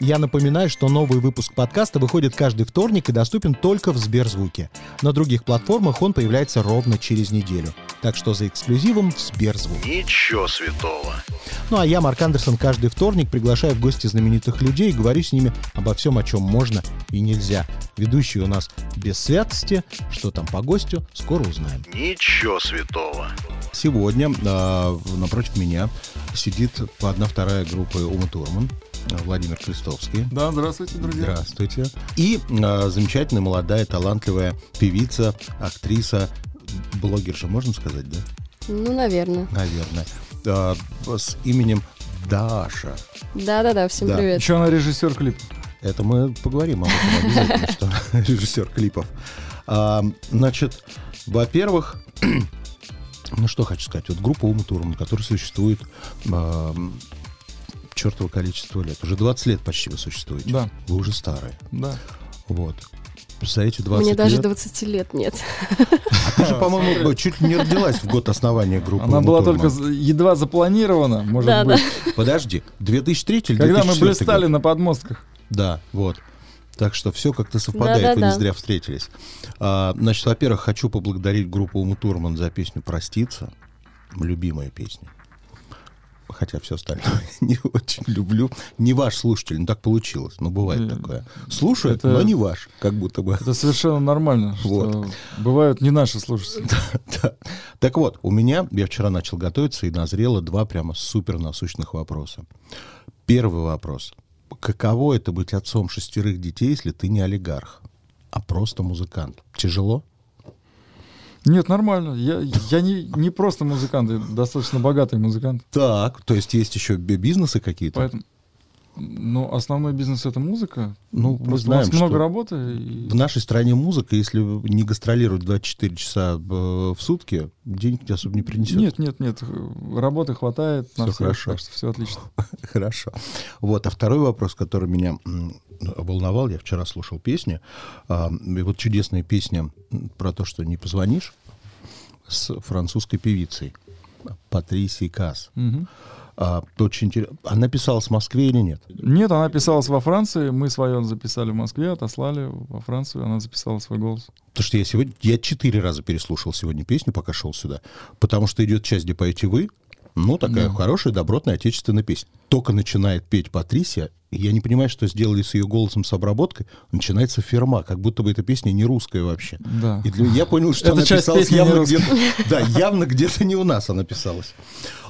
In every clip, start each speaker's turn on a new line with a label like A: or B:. A: Я напоминаю, что новый выпуск подкаста выходит каждый вторник и доступен только в Сберзвуке. На других платформах он появляется ровно через неделю. Так что за эксклюзивом в Сберзвук.
B: Ничего святого.
A: Ну а я, Марк Андерсон, каждый вторник приглашаю в гости знаменитых людей и говорю с ними обо всем, о чем можно и нельзя. Ведущий у нас без святости. Что там по гостю, скоро узнаем.
B: Ничего святого.
A: Сегодня э, напротив меня сидит одна вторая группа Ума Турман, э, Владимир Крестовский.
C: Да, здравствуйте, друзья.
A: Здравствуйте. И э, замечательная, молодая, талантливая певица, актриса, блогерша, можно сказать, да?
D: Ну, наверное.
A: Наверное. Э, с именем Даша.
D: Да-да-да, всем
A: Да.
D: привет.
C: Еще она режиссер клипа.
A: Это мы поговорим об этом обязательно, что режиссер клипов. А, Значит, во-первых, ну что хочу сказать, вот группа Ума Турман, которая существует ам, чертово количество лет. Уже 20 лет почти вы существуете.
C: Да.
A: Вы уже старые.
C: Да.
A: Вот. Представляете, 20
D: Мне
A: лет.
D: даже 20 лет нет.
A: А ты же, по-моему, б- чуть не родилась в год основания группы
C: Она
A: Ума
C: была
A: Турман.
C: только за- едва запланирована, может
D: Да,
C: быть.
A: Подожди, 2003 или
C: Когда мы
A: 2004 год?
C: блистали на подмостках.
A: Да, вот. Так что все как-то совпадает, вы не
D: Да-да-да.
A: зря встретились. А, значит, во-первых, хочу поблагодарить группу Уму Турман за песню «Проститься», любимая песня. Хотя все остальное не очень люблю. Не ваш слушатель, ну так получилось, ну бывает
C: Э,
A: такое. Слушает,
C: это-
A: но не ваш, как будто бы.
C: Это совершенно нормально, что
A: Вот.
C: бывают не наши слушатели.
A: Да. Так вот, у меня, я вчера начал готовиться и назрело два прямо супер насущных вопроса. Первый вопрос. Каково это быть отцом шестерых детей, если ты не олигарх, а просто музыкант? Тяжело?
C: Нет, нормально. Я, я не, не просто музыкант, я достаточно богатый музыкант.
A: Так, то есть есть еще би- бизнесы какие-то?
C: Поэтому... Ну, основной бизнес — это музыка.
A: Ну, мы
C: Просто
A: знаем,
C: у нас много
A: что
C: работы. и-
A: в нашей стране музыка, если не гастролировать 24 часа э, в сутки, денег тебе особо не принесет.
C: Нет, нет, нет. х- Работы хватает.
A: Всё
C: на всех,
A: хорошо.
C: Так что все отлично.
A: Хорошо. Вот, а второй вопрос, который меня м, волновал, я вчера слушал песни, а, и вот чудесная песня м, про то, что не позвонишь, с французской певицей Патрисией Касс.
C: Мгм.
A: А, очень интересно. Она писалась в Москве или нет?
C: Нет, она писалась во Франции. Мы свое записали в Москве, отослали во Францию. Она записала свой голос.
A: Потому что я сегодня, я четыре раза переслушал сегодня песню, пока шел сюда, потому что идет часть, где поете вы, ну, такая хорошая, добротная отечественная песня. Только начинает петь Патрисия, и я не понимаю, что сделали с ее голосом, с обработкой, начинается ферма, как будто бы эта песня не русская вообще.
C: Да.
A: И для- я понял, что
C: Эта
A: она
C: часть
A: писалась
C: песни не
A: явно
C: русская.
A: где-то... Да, явно где-то не у нас она писалась.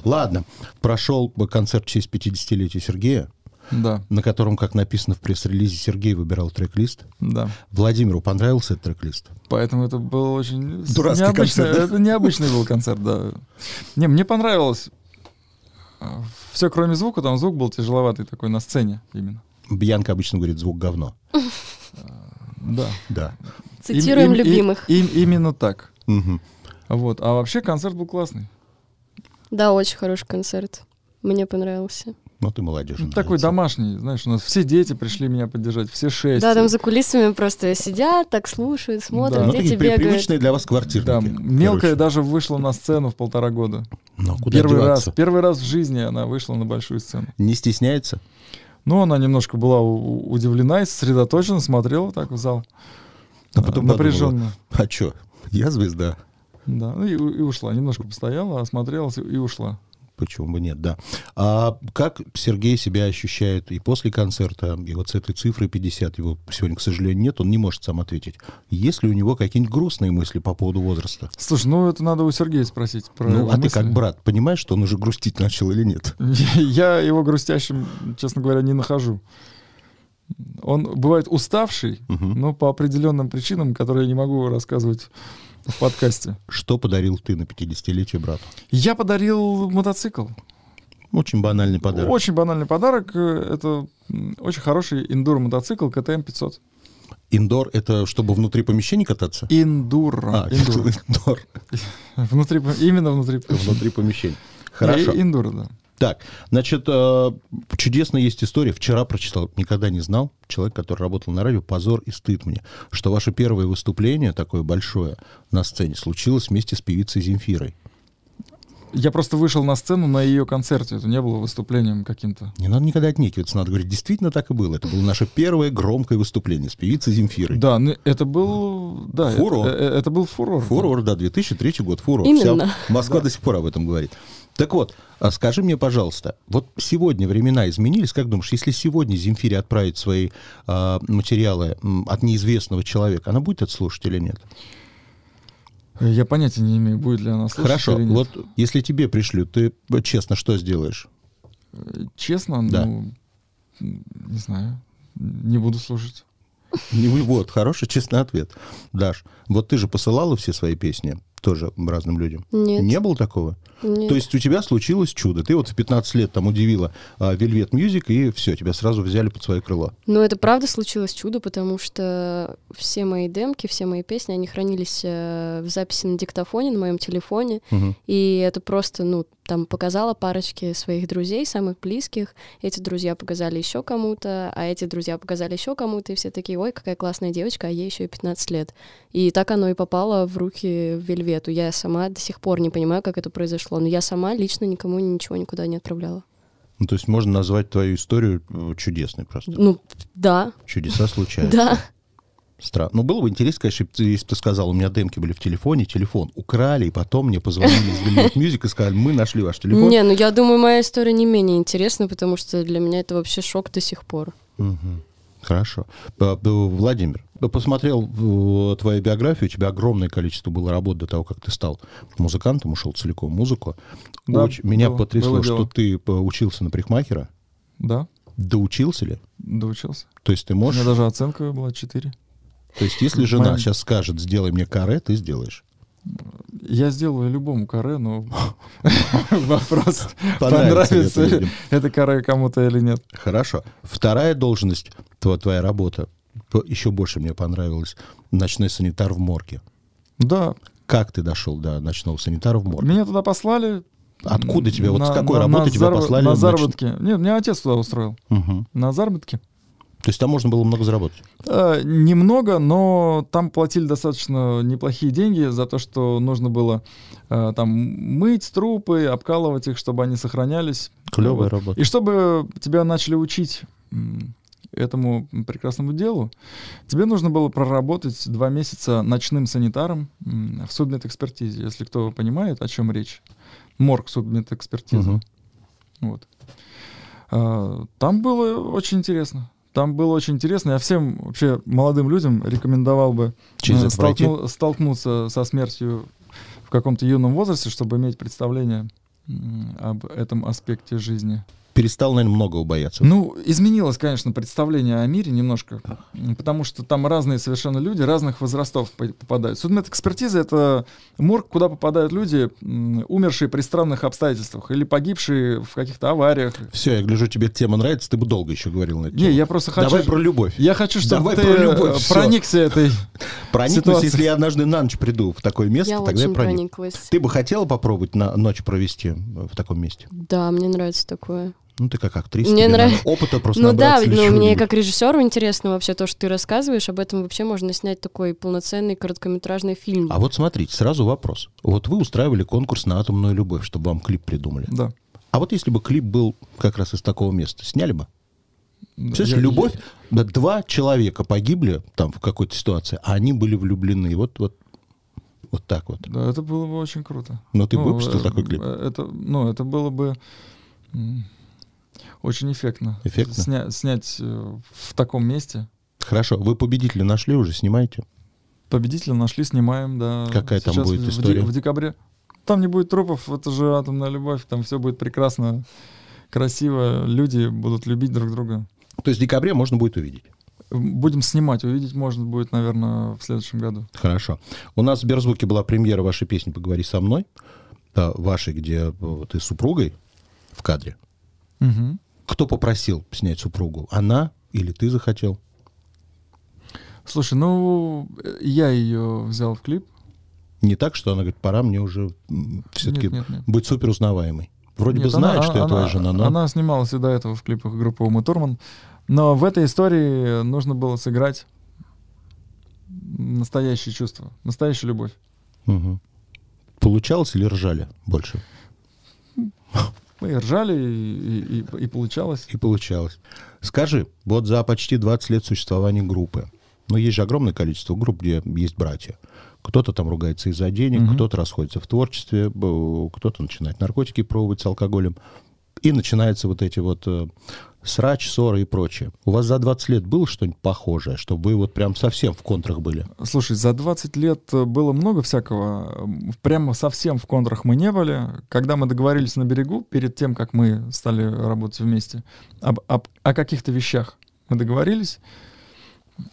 A: Ладно, прошел концерт в честь 50-летия Сергея,
C: Да,
A: на котором, как написано в пресс-релизе, Сергей выбирал трек-лист.
C: да.
A: Владимиру понравился этот трек-лист?
C: Поэтому это был очень с-
A: Дурацкий
C: необычный-
A: концерт, да?
C: Это необычный был концерт, да. Не, мне понравилось. Все, кроме звука, там звук был тяжеловатый такой на сцене именно.
A: Бьянка обычно говорит звук говно.
C: Да.
A: Да.
C: Им- им-
D: Цитируем
C: и-
D: любимых.
C: им- именно так.
A: Мгм.
C: Вот. А вообще концерт был классный.
D: Да, очень хороший концерт. Мне понравился.
A: Ну ты молодежь.
C: Ну, такой домашний, знаешь, у нас все дети пришли меня поддержать, все шесть.
D: Да, там за кулисами просто сидят, так слушают, смотрят,
C: Да.
A: Ну,
D: дети
A: такие при-
D: бегают.
A: привычные для вас
C: Да,
A: квартирники.
C: мелкая
A: короче.
C: даже вышла на сцену в полтора года.
A: Но куда
C: первый
A: деваться?
C: раз, первый раз в жизни она вышла на большую сцену.
A: Не стесняется?
C: Но Ну, она немножко была у- удивлена и сосредоточенно смотрела так в зал. Э,
A: А потом подумала,
C: напряженно.
A: А чё? Я звезда.
C: Да, ну и, у- и ушла. Немножко постояла, осмотрелась и и ушла.
A: Почему бы нет, да. А как Сергей себя ощущает и после концерта, и вот с этой цифрой 50, его сегодня, к сожалению, нет, он не может сам ответить. Есть ли у него какие-нибудь грустные мысли по поводу возраста?
C: Слушай, ну это надо у Сергея спросить про
A: ну,
C: его
A: а ты
C: мысли.
A: как брат, понимаешь, что он уже грустить начал или нет?
C: Я его грустящим, честно говоря, не нахожу. Он бывает уставший,
A: Мгм.
C: но по определенным причинам, которые я не могу рассказывать в подкасте.
A: Что подарил ты на 50-летие брату?
C: Я подарил мотоцикл.
A: Очень банальный подарок.
C: Очень банальный подарок. э, Это м, очень хороший эндуро-мотоцикл КТМ 500.
A: Индор — это чтобы внутри помещения кататься?
C: Индуро.
A: А,
C: Индуро.
A: индор.
C: Внутри, по- именно внутри.
A: Внутри помещения. Хорошо.
C: Э, Индуро, да.
A: Так, значит, э, чудесная есть история. Вчера прочитал, никогда не знал. Человек, который работал на радио, позор и стыд мне, что ваше первое выступление, такое большое, на сцене, случилось вместе с певицей Земфирой.
C: Я просто вышел на сцену на ее концерте. Это не было выступлением каким-то.
A: Не надо никогда отнекиваться, надо говорить, действительно так и было. Это было наше первое громкое выступление с певицей Земфирой.
C: Да, ну, это был... Да, это-
A: Фурор.
C: э- э- Это, был фурор. да.
A: Фурор, да, 2003 год, фурор.
D: Именно.
A: Вся Москва до сих пор об этом говорит. Так вот, а скажи мне, пожалуйста, вот сегодня времена изменились, как думаешь, если сегодня Земфире отправить свои а, материалы м, от неизвестного человека, она будет это слушать или нет?
C: Я понятия не имею, будет ли она слушать
A: Хорошо,
C: или нет.
A: вот если тебе пришлют, ты э, честно что сделаешь?
C: Э, Честно,
A: Да.
C: ну... м, Не знаю. Не буду слушать.
A: Не вы- Вот, хороший, честный ответ. Даш, вот ты же посылала все свои песни тоже разным людям.
D: Нет.
A: Не было такого?
D: Нет.
A: То есть у тебя случилось чудо. Ты вот в 15 лет там удивила а, Velvet Music, и все, тебя сразу взяли под свое крыло.
D: Но Ну, это правда случилось чудо, потому что все мои демки, все мои песни, они хранились э, в записи на диктофоне, на моем телефоне.
A: Мгм.
D: И это просто, ну, там показала парочке своих друзей, самых близких. Эти друзья показали еще кому-то, а эти друзья показали еще кому-то, и все такие, ой, какая классная девочка, а ей еще и 15 лет. И так оно и попало в руки Вельвету. Я сама до сих пор не понимаю, как это произошло, но я сама лично никому ничего никуда не отправляла.
A: Ну, то есть можно назвать твою историю э, чудесной просто.
D: Ну, да,
A: Чудеса случаются.
D: да.
A: Странно. Ну, было бы интересно, конечно, если б ты- если бы ты сказал, у меня демки были в телефоне, телефон украли, и потом мне позвонили из Velvet Music и сказали, мы нашли ваш телефон.
D: Не, ну я думаю, моя история не менее интересна, потому что для меня это вообще шок до сих пор.
A: Мгм. Хорошо. Э, э, Владимир, э, посмотрел э, твою биографию, у тебя огромное количество было работ до того, как ты стал музыкантом, ушел целиком в музыку.
C: Да,
A: Очень- меня
C: было-
A: потрясло,
C: было
A: что
C: дело.
A: ты э, учился на парикмахера.
C: Да,
A: Доучился ли?
C: доучился.
A: То есть ты
C: У меня
A: можешь...
C: даже оценка была 4.
A: То есть если жена
C: Моя-
A: сейчас скажет, сделай мне каре, ты сделаешь.
C: Я сделаю любому каре, но вопрос,
A: Понравится ли это
C: понравится ли
A: людям?
C: это каре кому-то или нет.
A: Хорошо. Вторая должность, тво- твоя работа, п- еще больше мне понравилась. Ночной санитар в морге.
C: Да,
A: Как ты дошел до ночного санитара в морге?
C: меня туда послали.
A: Откуда тебя, вот с
C: На-
A: какой
C: на-
A: работы
C: на
A: тебя
C: зар-
A: послали?
C: На
A: в ноч-
C: заработки. Нет, меня отец туда устроил.
A: Мгм.
C: На заработки.
A: То есть там можно было много заработать.
C: Э, немного, но там платили достаточно неплохие деньги за то, что нужно было э, там мыть трупы, обкалывать их, чтобы они сохранялись.
A: Клевая
C: Вот.
A: работа.
C: И чтобы тебя начали учить м, этому прекрасному делу, тебе нужно было проработать два месяца ночным санитаром м, в судмедэкспертизе, если кто понимает, о чем речь. Морг судмедэкспертиза.
A: Мгм.
C: Вот. А, Там было очень интересно. Там было очень интересно. Я всем вообще молодым людям рекомендовал бы
A: Через
C: э,
A: это пройти?
C: столкну- столкнуться со смертью в каком-то юном возрасте, чтобы иметь представление м, об этом аспекте жизни.
A: Перестал, наверное, многого бояться.
C: Ну, изменилось, конечно, представление о мире немножко, м, потому что там разные совершенно люди разных возрастов по- попадают. Судмедэкспертиза — это морг, куда попадают люди, м, умершие при странных обстоятельствах или погибшие в каких-то авариях.
A: Все, я гляжу, тебе тема нравится, ты бы долго еще говорил на эту
C: Не,
A: тему.
C: я просто хочу...
A: Давай про любовь.
C: Я хочу, чтобы
A: Давай
C: ты
A: про
C: э,
A: любовь, всё.
C: проникся этой...
A: Проникнусь,
C: ситуация.
A: если я однажды на ночь приду в такое место,
D: я
A: тогда я
D: очень
A: проникну.
D: прониклась.
A: Ты бы хотела попробовать на ночь провести э, в таком месте?
D: Да, мне нравится такое.
A: Ну, ты как актриса.
D: Мне
A: тебе, наверное,
D: нравится.
A: Опыта просто
D: ну да,
A: набраться или
D: ну, мне
A: чего-нибудь.
D: как режиссеру интересно вообще то, что ты рассказываешь. Об этом вообще можно снять такой полноценный короткометражный фильм.
A: А вот смотрите, сразу вопрос. Вот вы устраивали конкурс на атомную любовь, чтобы вам клип придумали.
C: Да.
A: А вот если бы клип был как раз из такого места, сняли бы? Представляешь,
C: Я- я-
A: любовь, да, два человека погибли там в какой-то ситуации, а они были влюблены. Вот, вот, вот так вот.
C: Да, это было бы очень круто.
A: Но ты бы
C: Ну,
A: выпустил
C: э,
A: такой клип?
C: э, Это, ну, это было бы м, очень эффектно.
A: Эффектно?
C: Сня- снять э, в таком месте.
A: Хорошо, вы победителя нашли уже, снимаете?
C: Победителя нашли, снимаем, да.
A: Какая там
C: Сейчас
A: будет
C: в- в де-
A: история?
C: В декабре. Там не будет трупов, это же атомная любовь, там все будет прекрасно, красиво, люди будут любить друг друга.
A: То есть в декабре можно будет увидеть.
C: Будем снимать, увидеть можно будет, наверное, в следующем году.
A: Хорошо. У нас в Сберзвуке была премьера вашей песни «Поговори со мной», да, вашей, где э, ты с супругой в кадре.
C: Мгм.
A: Кто попросил снять супругу? Она или ты захотел?
C: Слушай, ну э, я ее взял в клип.
A: Не так, что она говорит, пора мне уже все-таки
C: Нет, нет, нет.
A: быть супер узнаваемой. Вроде бы
C: Нет, она-
A: знает, что
C: она-
A: я твоя жена, но...
C: Она снималась и до этого в клипах группы Умы Турман. Но в этой истории нужно было сыграть настоящее чувство, настоящую любовь.
A: Мгм. Получалось или ржали больше?
C: Мы и ржали, и, и- и получалось.
A: И получалось. Скажи, вот за почти 20 лет существования группы, ну, есть же огромное количество групп, где есть братья. Кто-то там ругается из-за денег,
C: Мгм.
A: кто-то расходится в творчестве, б- кто-то начинает наркотики пробовать с алкоголем. И начинаются вот эти вот э, срач, ссоры и прочее. У вас за 20 лет было что-нибудь похожее, чтобы вы вот прям совсем в контрах были?
C: Слушай, за 20 лет э, было много всякого. М, Прямо совсем в контрах мы не были. Когда мы договорились на берегу, перед тем, как мы стали работать вместе, об, об- о каких-то вещах мы договорились.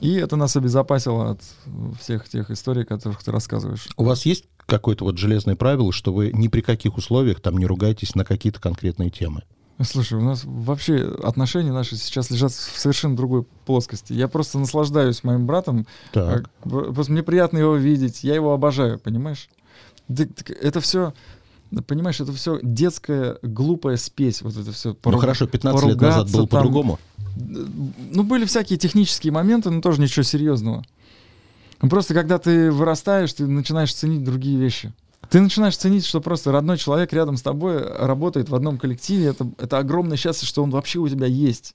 C: И это нас обезопасило от э, всех тех историй, о которых ты рассказываешь.
A: У вас есть какое-то вот железное правило, что вы ни при каких условиях там не ругаетесь на какие-то конкретные темы?
C: Слушай, у нас вообще отношения наши сейчас лежат в совершенно другой плоскости. Я просто наслаждаюсь моим братом,
A: Так.
C: А, б- Просто мне приятно его видеть, я его обожаю, понимаешь? Д- так Это все, понимаешь, это все детская глупая спесь, вот это все.
A: Ну хорошо, 15 лет назад было по-другому.
C: Ну были всякие технические моменты, но тоже ничего серьезного. Ну, Просто когда ты вырастаешь, ты начинаешь ценить другие вещи. Ты начинаешь ценить, что просто родной человек рядом с тобой работает в одном коллективе. Это, это огромное счастье, что он вообще у тебя есть.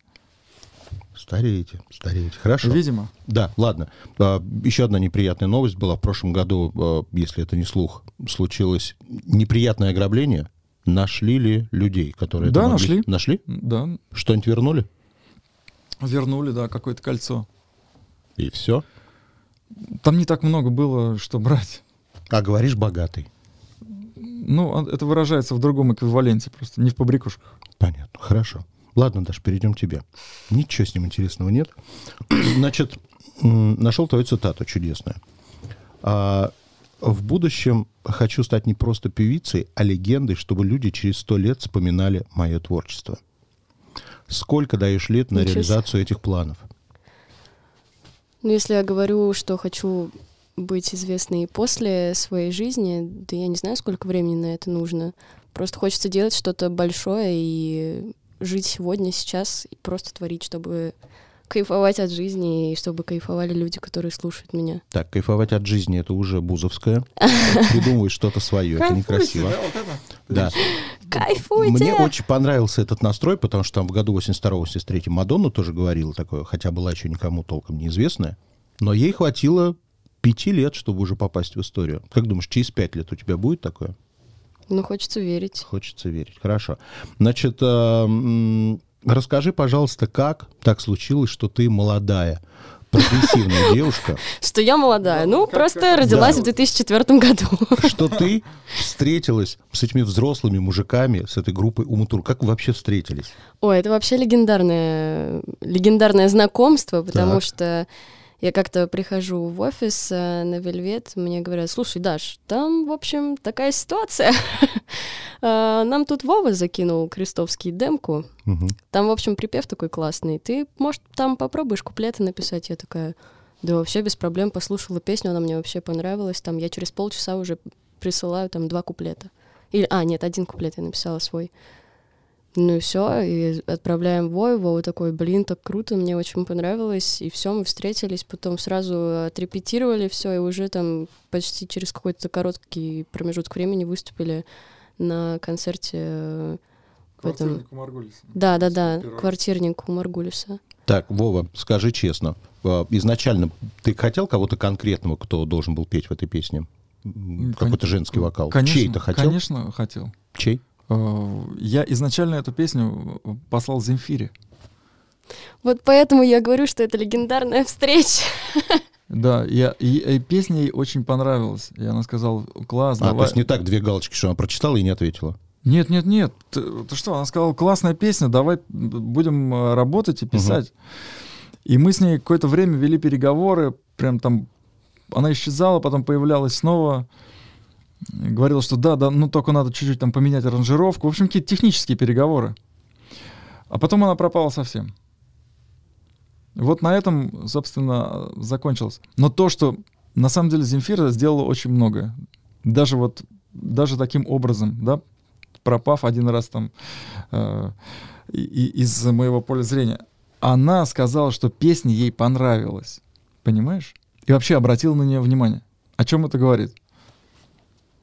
A: Стареете, стареете. Хорошо.
C: Видимо.
A: Да, ладно. А, Еще одна неприятная новость была. В прошлом году, а, если это не слух, случилось неприятное ограбление. Нашли ли людей, которые... это
C: Да,
A: могли?
C: нашли.
A: Нашли?
C: Да.
A: Что-нибудь вернули?
C: Вернули, да, какое-то кольцо.
A: И все.
C: Там не так много было, что брать.
A: А говоришь, богатый.
C: Ну, он- это выражается в другом эквиваленте просто, не в побрякушках.
A: Понятно, хорошо. Ладно, Даш, перейдем к тебе. Ничего с ним интересного нет. Значит, м, нашел твою цитату чудесную. А, в будущем хочу стать не просто певицей, а легендой, чтобы люди через сто лет вспоминали мое творчество. Сколько даешь лет на
D: Ничего себе.
A: реализацию этих планов?
D: Ну, если я говорю, что хочу быть известной и после своей жизни, да я не знаю, сколько времени на это нужно. Просто хочется делать что-то большое и жить сегодня, сейчас, и просто творить, чтобы кайфовать от жизни, и чтобы кайфовали люди, которые слушают меня.
A: Так, кайфовать от жизни это уже бузовское. Придумывай что-то свое, это некрасиво. Да.
D: Кайфуйте!
A: Мне очень понравился этот настрой, потому что там в году 82-83 Мадонна тоже говорила такое, хотя была еще никому толком неизвестная. Но ей хватило пяти лет, чтобы уже попасть в историю. Как думаешь, через пять лет у тебя будет такое?
D: Ну, хочется верить.
A: Хочется верить. Хорошо. Значит, э, м, расскажи, пожалуйста, как так случилось, что ты молодая, прогрессивная девушка,
D: Что я молодая. Ну, просто родилась в 2004 году.
A: что ты встретилась с этими взрослыми мужиками, с этой группой Умутур. Как вы вообще встретились?
D: Ой, это вообще легендарное, легендарное знакомство, потому
A: Так.
D: что я как-то прихожу в офис э, на Вельвет, мне говорят, слушай, Даш, там, в общем, такая ситуация. Э, Нам тут Вова закинул крестовский демку.
A: Мгм.
D: Там, в общем, припев такой классный. Ты, может, там попробуешь куплеты написать? Я такая, да вообще без проблем, послушала песню, она мне вообще понравилась. Там я через полчаса уже присылаю там два куплета. Или, а, нет, один куплет я написала свой. Ну и все, и отправляем Вову, Вова такой, блин, так круто, мне очень понравилось, и все, мы встретились, потом сразу отрепетировали все, и уже там почти через какой-то короткий промежуток времени выступили на концерте э, в этом... Да, да, да, квартирник у Маргулиса.
A: Так, Вова, скажи честно, э, изначально ты хотел кого-то конкретного, кто должен был петь в этой песне? М,
C: Кон-
A: Какой-то женский вокал.
C: Конечно,
A: Чей-то хотел?
C: Конечно, хотел.
A: Чей?
C: Э, Я изначально эту песню послал Земфире.
D: Вот поэтому я говорю, что это легендарная встреча.
C: Да, я, и, и песня ей очень понравилась. И она сказала, класс,
A: А, то
C: давай.
A: есть не так две галочки, что она прочитала и не ответила.
C: Нет, нет, нет. Ты, ты что? Она сказала, классная песня, давай будем э, работать и писать. И мы с ней какое-то время вели переговоры, прям там она исчезала, потом появлялась снова. Говорила, что да, да, ну только надо чуть-чуть там поменять аранжировку. В общем, какие-то технические переговоры. А потом она пропала совсем. Вот на этом, собственно, закончилось. Но то, что на самом деле Земфира сделала очень многое. Даже вот, даже таким образом, да, пропав один раз там э, и- и- из моего поля зрения. Она сказала, что песня ей понравилась. Понимаешь? И вообще обратила на нее внимание. О чем это говорит?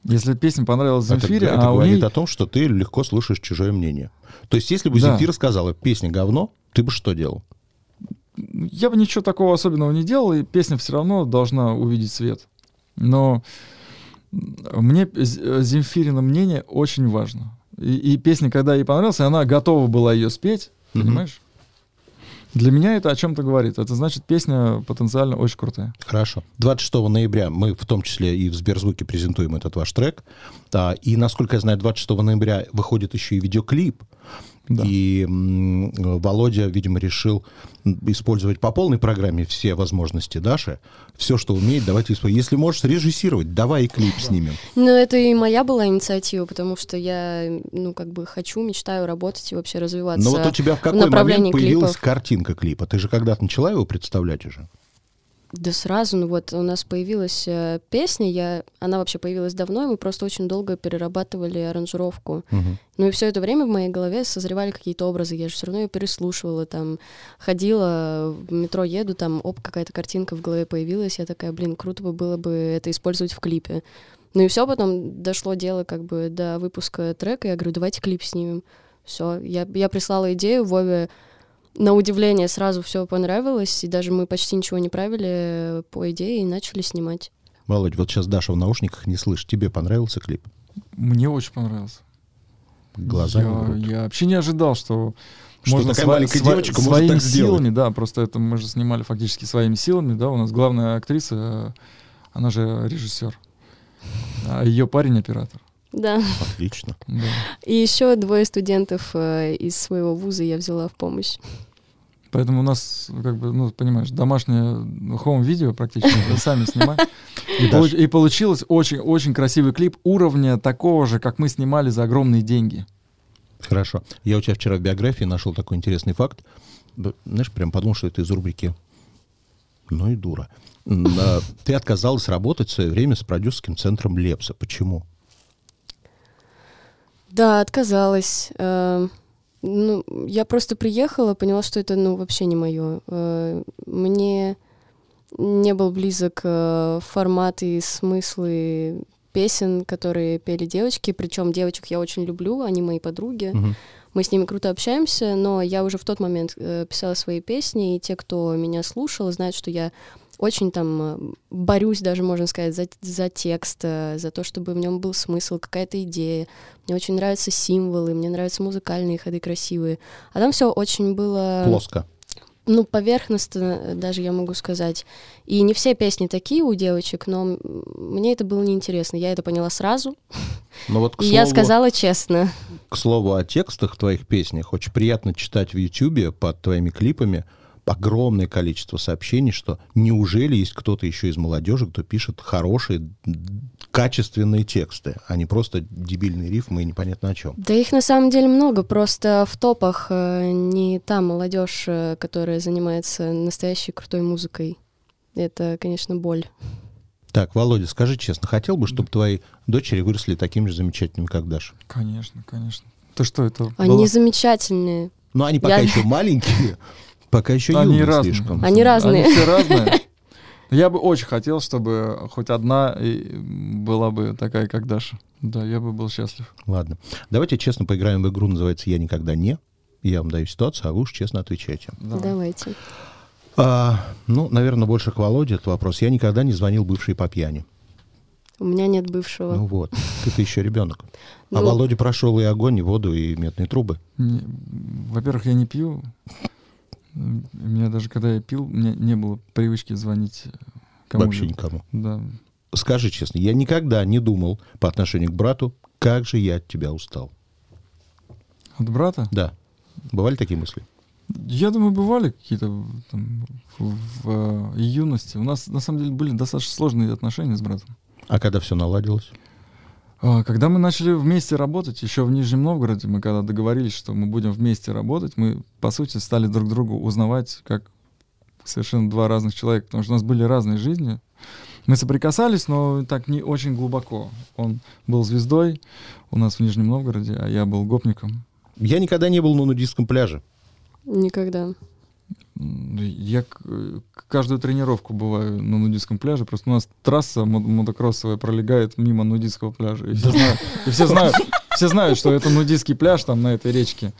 C: Если песня понравилась в
A: Это,
C: эфире,
A: это
C: а у
A: говорит
C: ней...
A: о том, что ты легко слышишь чужое мнение. То есть, если бы
C: Да.
A: Земфира сказала «песня говно», ты бы что делал?
C: я бы ничего такого особенного не делал, и песня все равно должна увидеть свет. Но мне З- э, Земфирина мнение очень важно. И, и песня, когда ей понравилась, и она готова была ее спеть,
A: Мгм.
C: понимаешь? Для меня это о чем-то говорит. Это значит, песня потенциально очень крутая.
A: Хорошо. 26 ноября мы в том числе и в Сберзвуке презентуем этот ваш трек. А, и, насколько я знаю, 26 ноября выходит еще и видеоклип.
C: Да.
A: И м, Володя, видимо, решил м, использовать по полной программе все возможности Даши. Все, что умеет, давайте используем. Если можешь режиссировать, давай и клип снимем.
D: Но это и моя была инициатива, потому что я, ну, как бы хочу, мечтаю работать и вообще развиваться.
A: Но Ну вот
C: э,
A: у тебя в какой
D: направлении
A: момент появилась
D: клипов.
A: картинка клипа? Ты же когда-то начала его представлять уже?
D: Да сразу, ну вот у нас появилась э, песня, я, она вообще появилась давно, и мы просто очень долго перерабатывали аранжировку. Ну и все это время в моей голове созревали какие-то образы, я же все равно ее переслушивала, там, ходила, в метро еду, там, оп, какая-то картинка в голове появилась, я такая, блин, круто бы было бы это использовать в клипе. Ну и все, потом дошло дело как бы до выпуска трека, я говорю, давайте клип снимем. Все, я, я прислала идею Вове, на удивление сразу все понравилось, и даже мы почти ничего не правили э, по идее и начали снимать.
A: Володь, вот сейчас Даша в наушниках не слышит. Тебе понравился клип?
C: Мне очень понравилось.
A: Глазами
C: я,
A: рот.
C: я вообще не ожидал, что,
A: Что такая маленькая девочка может
C: своими
A: так сделать.
C: силами, да, просто это мы же снимали фактически своими силами, да, у нас главная актриса, э, она же режиссер, а ее парень оператор.
D: Да.
A: Отлично.
C: Да.
D: И еще двое студентов э, из своего вуза я взяла в помощь.
C: Поэтому у нас, как бы, ну, понимаешь, домашнее хоум-видео практически, мы сами снимаем. И,
A: Даш.
C: получ- и получилось очень-очень красивый клип уровня такого же, как мы снимали за огромные деньги.
A: Хорошо. Я у тебя вчера в биографии нашел такой интересный факт. Б- Знаешь, прям подумал, что это из рубрики «Ну и дура». М, а, Ты отказалась работать в свое время с продюсерским центром Лепса. Почему?
D: Да, отказалась. Э, Ну, я просто приехала, поняла, что это, ну, вообще не мое. Мне не был близок э, формат и смыслы песен, которые пели девочки. Причем девочек я очень люблю, они мои подруги.
A: Мгм.
D: Мы с ними круто общаемся, но я уже в тот момент э, писала свои песни, и те, кто меня слушал, знают, что я очень там э, борюсь даже, можно сказать, за, за текст, э, за то, чтобы в нем был смысл, какая-то идея. Мне очень нравятся символы, мне нравятся музыкальные ходы красивые. А там все очень было
A: Плоско.
D: ну, поверхностно, э, даже я могу сказать. И не все песни такие у девочек, но м, мне это было неинтересно. Я это поняла сразу.
A: Но Ну вот, к
D: и я
A: слову-
D: сказала честно.
A: К слову о текстах в твоих песнях, очень приятно читать в Ютьюбе под твоими клипами огромное количество сообщений, что неужели есть кто-то еще из молодежи, кто пишет хорошие, м, качественные тексты, а не просто дебильные рифмы и непонятно о чем.
D: Да их на самом деле много, просто в топах э, не та молодежь, э, которая занимается настоящей крутой музыкой. Это, конечно, боль.
A: Так, Володя, скажи честно, хотел бы, чтобы твои дочери выросли такими же замечательными, как Даша?
C: Конечно, конечно. Ты что, это
D: Они
C: было?
D: замечательные.
A: Но Ну, они пока
D: Я-
A: еще маленькие, пока еще
C: Они
A: юные
C: разные.
A: слишком.
D: Они разные.
C: Они все разные. Я бы очень хотел, чтобы хоть одна и была бы такая, как Даша. Да, я бы был счастлив.
A: Ладно, давайте честно поиграем в игру, называется «Я никогда не». Я вам даю ситуацию, а вы уж честно отвечаете.
C: Давай.
D: Давайте.
A: А, ну, наверное, больше к Володе этот вопрос. Я никогда не звонил бывшей по пьяни.
D: У меня нет бывшего.
A: Ну вот, ты-то еще ребенок. А
D: Ну.
A: Володя прошел и огонь, и воду, и медные трубы.
C: Не, Во-первых, я не пью. М, У меня даже когда я пил, у меня не было привычки звонить кому
A: Вообще никому.
C: Да.
A: Скажи честно, я никогда не думал по отношению к брату, как же я от тебя устал.
C: От брата?
A: Да. Бывали такие мысли?
C: Я думаю, бывали какие-то там, в, в, э, юности. У нас, на самом деле, были достаточно сложные отношения с братом.
A: А когда все наладилось?
C: А, Когда мы начали вместе работать, еще в Нижнем Новгороде, мы когда договорились, что мы будем вместе работать, мы, по сути, стали друг другу узнавать как совершенно два разных человека, потому что у нас были разные жизни. Мы соприкасались, но так не очень глубоко. Он был звездой у нас в Нижнем Новгороде, а я был гопником.
A: Я никогда не был на нудистском пляже.
D: Никогда.
C: М, Я к- э, к- каждую тренировку бываю на нудистском пляже. Просто у нас трасса мо- мотокроссовая пролегает мимо нудистского пляжа. И все знают, и все знают, все знают, что это нудистский пляж там на этой речке.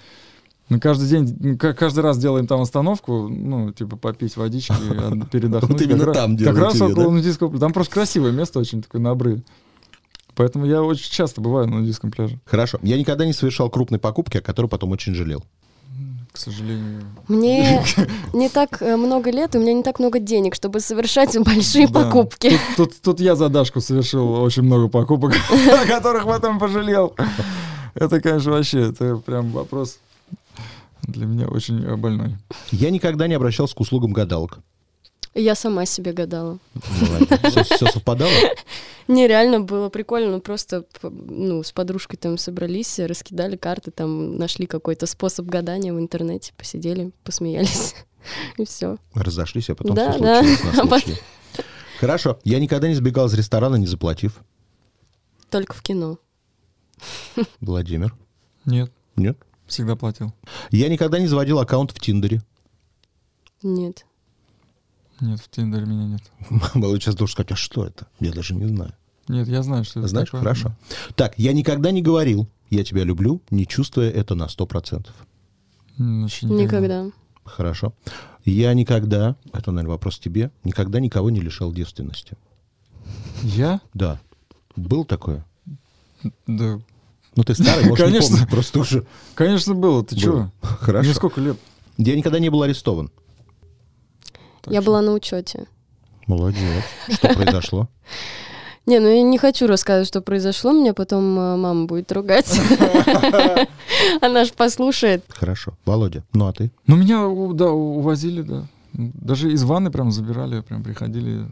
C: Мы каждый день, ну, ка- каждый раз делаем там остановку, ну, типа попить водички, а, передохнуть.
A: Вот именно
C: Как раз-
A: там
C: Как
A: делаете
C: раз
A: ее,
C: около
A: да?
C: нудистского пляжа. Там просто красивое место очень такое на обрыве. Поэтому я очень часто бываю на нудистском пляже,
A: Хорошо. Я никогда не совершал крупной покупки, о которой потом очень жалел.
C: к сожалению.
D: Мне не так э, много лет, и у меня не так много денег, чтобы совершать большие
C: Да.
D: покупки.
C: Тут, тут- тут я за Дашку совершил очень много покупок, о которых потом пожалел. Это, конечно, вообще, это прям вопрос для меня очень э, больной.
A: Я никогда не обращался к услугам гадалок.
D: Я сама себе гадала.
A: Все, совпадало.
D: Нереально было прикольно, ну, просто п- ну, с подружкой там собрались, раскидали карты, там нашли какой-то способ гадания в интернете, посидели, посмеялись, и все.
A: Разошлись, а потом
D: Да,
A: все
D: да.
A: случилось.
D: А
A: нас нашли. Хорошо. Я никогда не сбегал из ресторана, не заплатив.
D: Только в кино.
A: Владимир.
C: Нет,
A: Нет.
C: всегда платил.
A: Я никогда не заводил аккаунт в Тиндере.
D: Нет.
C: Нет, в Тиндере меня нет.
A: Было сейчас должен сказать, а что это? Я даже не знаю.
C: Нет, я знаю, что это
A: Знаешь,
C: такое.
A: хорошо. Так, я никогда не говорил, я тебя люблю, не чувствуя это на 100%.
C: М, вообще
D: Никогда.
A: Хорошо. Я никогда, это, наверное, вопрос к тебе, никогда никого не лишал девственности.
C: Я?
A: Да. Был такое?
C: Да.
A: Ну, ты старый, может, не
C: Конечно.
A: помнишь, просто уже.
C: Конечно, было. Ты чего?
A: Было. Хорошо.
C: Мне сколько лет?
A: Я никогда не был арестован.
C: Так
D: я
C: что-
D: была на учете.
A: Молодец. Что произошло?
D: Не, ну я не хочу рассказывать, что произошло, меня потом э, мама будет ругать. Она ж послушает.
A: Хорошо. Володя, ну а ты?
C: Ну, меня, у- да, у- увозили, да. Даже из ванны прям забирали, прям приходили.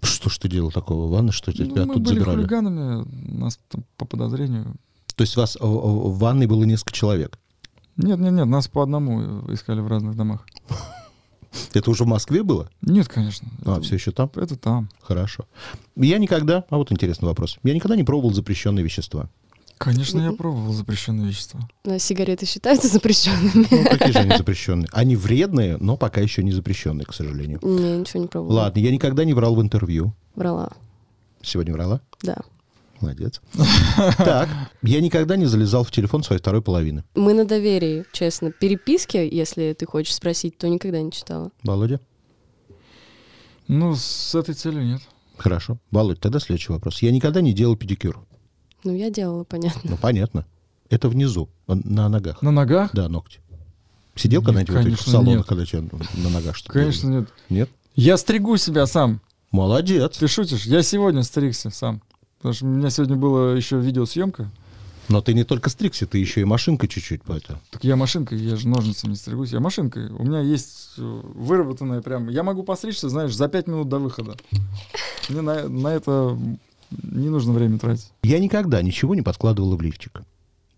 A: Что ж ты делал такого, Ванна, что тебя
C: Ну, мы
A: тут
C: были
A: забирали?
C: хулиганами, нас там по подозрению
A: То есть вас э, э, в ванной было несколько человек?
C: Нет, нет, нет, нас по одному э, искали в разных домах.
A: Это уже в Москве было?
C: Нет, конечно.
A: А,
C: это,
A: все еще там?
C: это там.
A: Хорошо. Я никогда, а вот интересный вопрос, я никогда не пробовал запрещенные вещества.
C: Конечно, я
D: Мгм.
C: пробовал запрещенные вещества.
D: А Сигареты считаются запрещенными?
A: Ну, какие же они запрещенные? Они вредные, но пока еще не запрещенные, к сожалению.
D: Не, ничего не пробовала.
A: Ладно, я никогда не врал в интервью.
D: Врала,
A: Сегодня врала?
D: да.
A: Молодец. Так, я никогда не залезал в телефон своей второй половины.
D: Мы на доверии, честно. Переписки, если ты хочешь спросить, то никогда не читала.
A: Володя?
C: Ну, с этой целью нет.
A: Хорошо. Володь, тогда следующий вопрос. Я никогда не делал педикюр.
D: Ну, я делала, понятно.
A: Ну, понятно. Это внизу, он- на ногах.
C: На ногах?
A: Да, ногти. Сидел
C: Ну. Нет,
A: когда-нибудь в этих
C: конечно,
A: салонах,
C: нет.
A: когда тебя на ногах что-то
C: Конечно,
A: делали?
C: нет.
A: Нет?
C: Я стригу себя сам.
A: Молодец.
C: Ты шутишь? Я сегодня стригся сам. Потому что у меня сегодня была еще видеосъемка.
A: Но ты не только стрикси, ты еще и машинка чуть-чуть поэтому.
C: Так я машинкой, я же ножницами не стригусь. Я машинкой. У меня есть э, выработанная прям... Я могу постричься, знаешь, за пять минут до выхода. Мне на, на это не нужно время тратить.
A: Я никогда ничего не подкладывала в лифчик.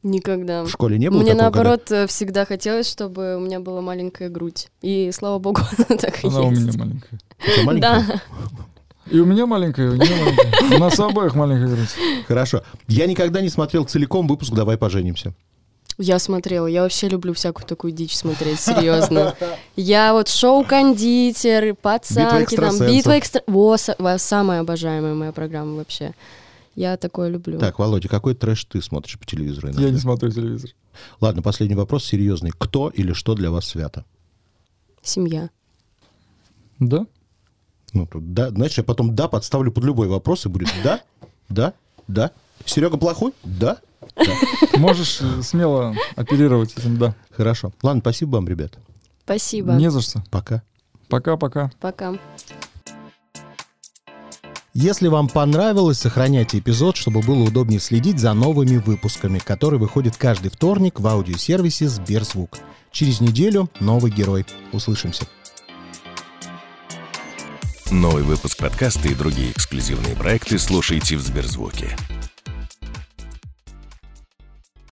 D: Никогда.
A: В школе не было
D: Мне
A: такого,
D: наоборот э, всегда хотелось, чтобы у меня была маленькая грудь. И слава богу, она так и
C: Она у меня
D: есть.
C: маленькая.
A: когда ты маленькая?
D: Да.
C: И у меня маленькая, и у нее маленькая. У нас у обоих маленькая грудь.
A: Хорошо. Я никогда не смотрел целиком выпуск «Давай поженимся».
D: Я смотрела, я вообще люблю всякую такую дичь смотреть, серьезно. Я вот шоу-кондитер, пацанки, там,
A: экстрасенсов.
D: битва экстра... Во, са- во, самая обожаемая моя программа вообще. Я такое люблю.
A: Так, Володя, какой трэш ты смотришь по телевизору иногда?
C: Я не смотрю телевизор.
A: Ладно, последний вопрос серьезный. Кто или что для вас свято?
D: Семья.
C: Да?
A: Ну, тут да, значит, я потом «да» подставлю под любой вопрос и будет «да», «да», «да». Серега плохой? Да.
C: Можешь э, смело оперировать этим, да.
A: Хорошо. Ладно, спасибо вам, ребята.
D: Спасибо.
C: Не за что.
A: Пока.
C: Пока-пока.
D: Пока.
E: Если вам понравилось, сохраняйте эпизод, чтобы было удобнее следить за новыми выпусками, которые выходят каждый вторник в аудиосервисе Сберзвук. Через неделю новый герой. Услышимся.
F: Новый выпуск подкаста и другие эксклюзивные проекты слушайте в Сберзвуке.